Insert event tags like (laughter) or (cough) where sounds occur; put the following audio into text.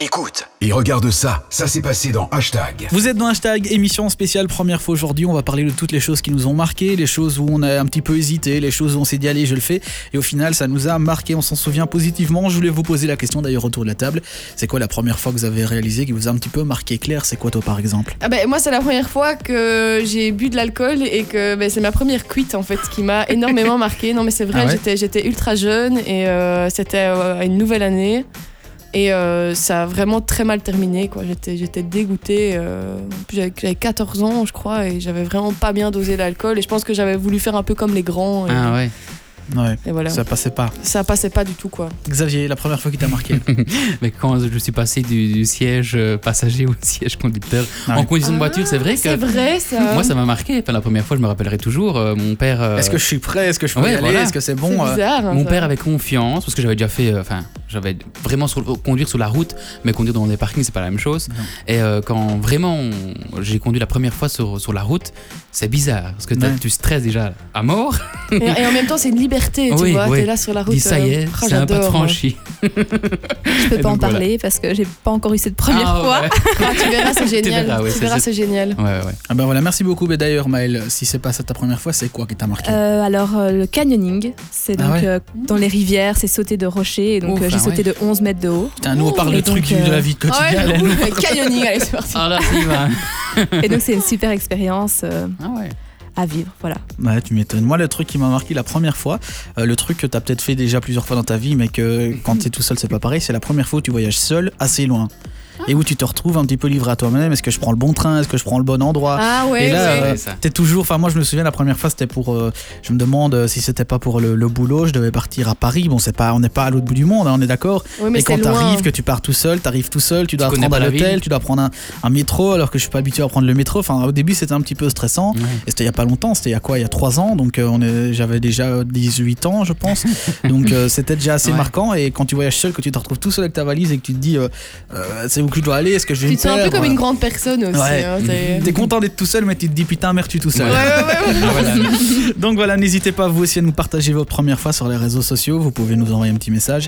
écoute et regarde ça. Ça s'est passé dans Hashtag. Vous êtes dans Hashtag, émission spéciale, première fois aujourd'hui. On va parler de toutes les choses qui nous ont marqué, les choses où on a un petit peu hésité, les choses où on s'est dit allez, je le fais. Et au final, ça nous a marqué, on s'en souvient positivement. Je voulais vous poser la question d'ailleurs autour de la table. C'est quoi la première fois que vous avez réalisé qui vous a un petit peu marqué Claire, c'est quoi toi par exemple Ah ben, moi, c'est la première fois que j'ai bu de l'alcool et que ben, c'est ma première cuite en fait (laughs) qui m'a énormément marqué. Non, mais c'est vrai, Ah ouais j'étais- j'étais ultra jeune et euh, c'était euh, une nouvelle année. Et euh, ça a vraiment très mal terminé. quoi. J'étais j'étais dégoûtée. euh, en plus, J'avais j'avais 14 ans, je crois, et j'avais vraiment pas bien dosé l'alcool. Et je pense que j'avais voulu faire un peu comme les grands. Et, Ah ouais. Ouais, et voilà. Ça... ça passait pas. passait pas du tout, quoi. Xavier, la première fois qui t'a marqué Mais quand je suis passé du, du siège euh, passager au (laughs) siège conducteur Ah en oui. conduisant de voiture, c'est vrai que Ah, C'est vrai, ça. (laughs) moi ça m'a marqué. Enfin, la première fois, je me rappellerai toujours. euh, mon père. euh, Est-ce que je suis prêt Est-ce que je peux Ouais, y aller voilà. Est-ce que c'est C'est bon euh, bizarre. hein, Mon ça. père avait confiance parce que j'avais déjà fait, euh, enfin, j'avais vraiment sur, conduire sur la route, mais conduire dans des parkings c'est pas la même chose. Non. Et euh, quand vraiment on- j'ai conduit la première fois sur, sur la route, c'est bizarre parce que t'as- Ouais. tu stresses déjà à mort. Et, et en même temps, c'est une liberté, tu Oui, vois. oui. T'es là sur la route. Dis ça y euh, est, oh, c'est un pas j'adore, franchi. Je peux Et pas en donc, voilà. parler parce que j'ai pas encore eu cette première Ah, fois. ouais. moi. Ah, tu verras, c'est génial. verras, ouais, tu c'est- verras, c'est- c'est génial. Ouais, ouais, ouais. Ah ben voilà, merci beaucoup. Mais d'ailleurs, Maël, si c'est pas ça ta première fois, c'est quoi qui t'a marqué Euh, alors, euh, le canyoning, c'est Ah donc ouais. euh, dans les rivières, c'est sauter de rochers. Et donc, Ouf, euh, j'ai ah sauté ouais. de 11 mètres de haut. Putain, nous on parle et de trucs donc, de la euh, vie de Ah quotidien. (laughs) ouais, là, j'avoue, nous- mais canyoning, allez, c'est parti. Ah là, (laughs) ça y va. Et donc, c'est (laughs) une super expérience euh, Ah ouais. à vivre. Voilà. Ouais, tu m'étonnes. Moi, le truc qui m'a marqué la première fois, euh, le truc que t'as peut-être fait déjà plusieurs fois dans ta vie, mais que quand t'es tout seul, c'est pas pareil, c'est la première fois où tu voyages seul, assez loin. Ah. Et où tu te retrouves un petit peu livré à toi-même. Est-ce que je prends le bon train Est-ce que je prends le bon endroit Ah Et là, ouais, ouais. euh, ça. t'es toujours. Enfin, moi, je me souviens la première fois, c'était pour. euh, je me demande euh, si c'était pas pour le, le boulot. Je devais partir à Paris. Bon, c'est pas. On n'est pas à l'autre bout du monde. hein, on est d'accord. Ouais, mais Et quand c'est loin. t'arrives, que tu pars tout seul, t'arrives tout seul, tu dois connais prendre à pas la l'hôtel, ville. tu dois prendre un, un métro, alors que je suis pas habitué à prendre le métro. Enfin, au début, c'était un petit peu stressant. Ouais. Et c'était il y a pas longtemps, c'était il y a quoi Il y a 3 ans, donc euh, on est- j'avais déjà 18 ans, je pense. donc euh, c'était déjà assez Ouais. marquant. Et quand tu voyages seul, que tu te retrouves tout seul avec ta valise et que tu te dis, euh, euh, c'est où que je dois aller Est-ce que je vais Tu me te sens un peu perdre comme une grande personne aussi. euh, Ouais. hein, t'es- T'es content d'être tout seul, mais tu te dis putain, merde, tu es tout seul. Ouais. Ah, voilà. (laughs) Donc voilà, n'hésitez pas vous aussi à nous partager vos premières fois sur les réseaux sociaux. Vous pouvez nous envoyer un petit message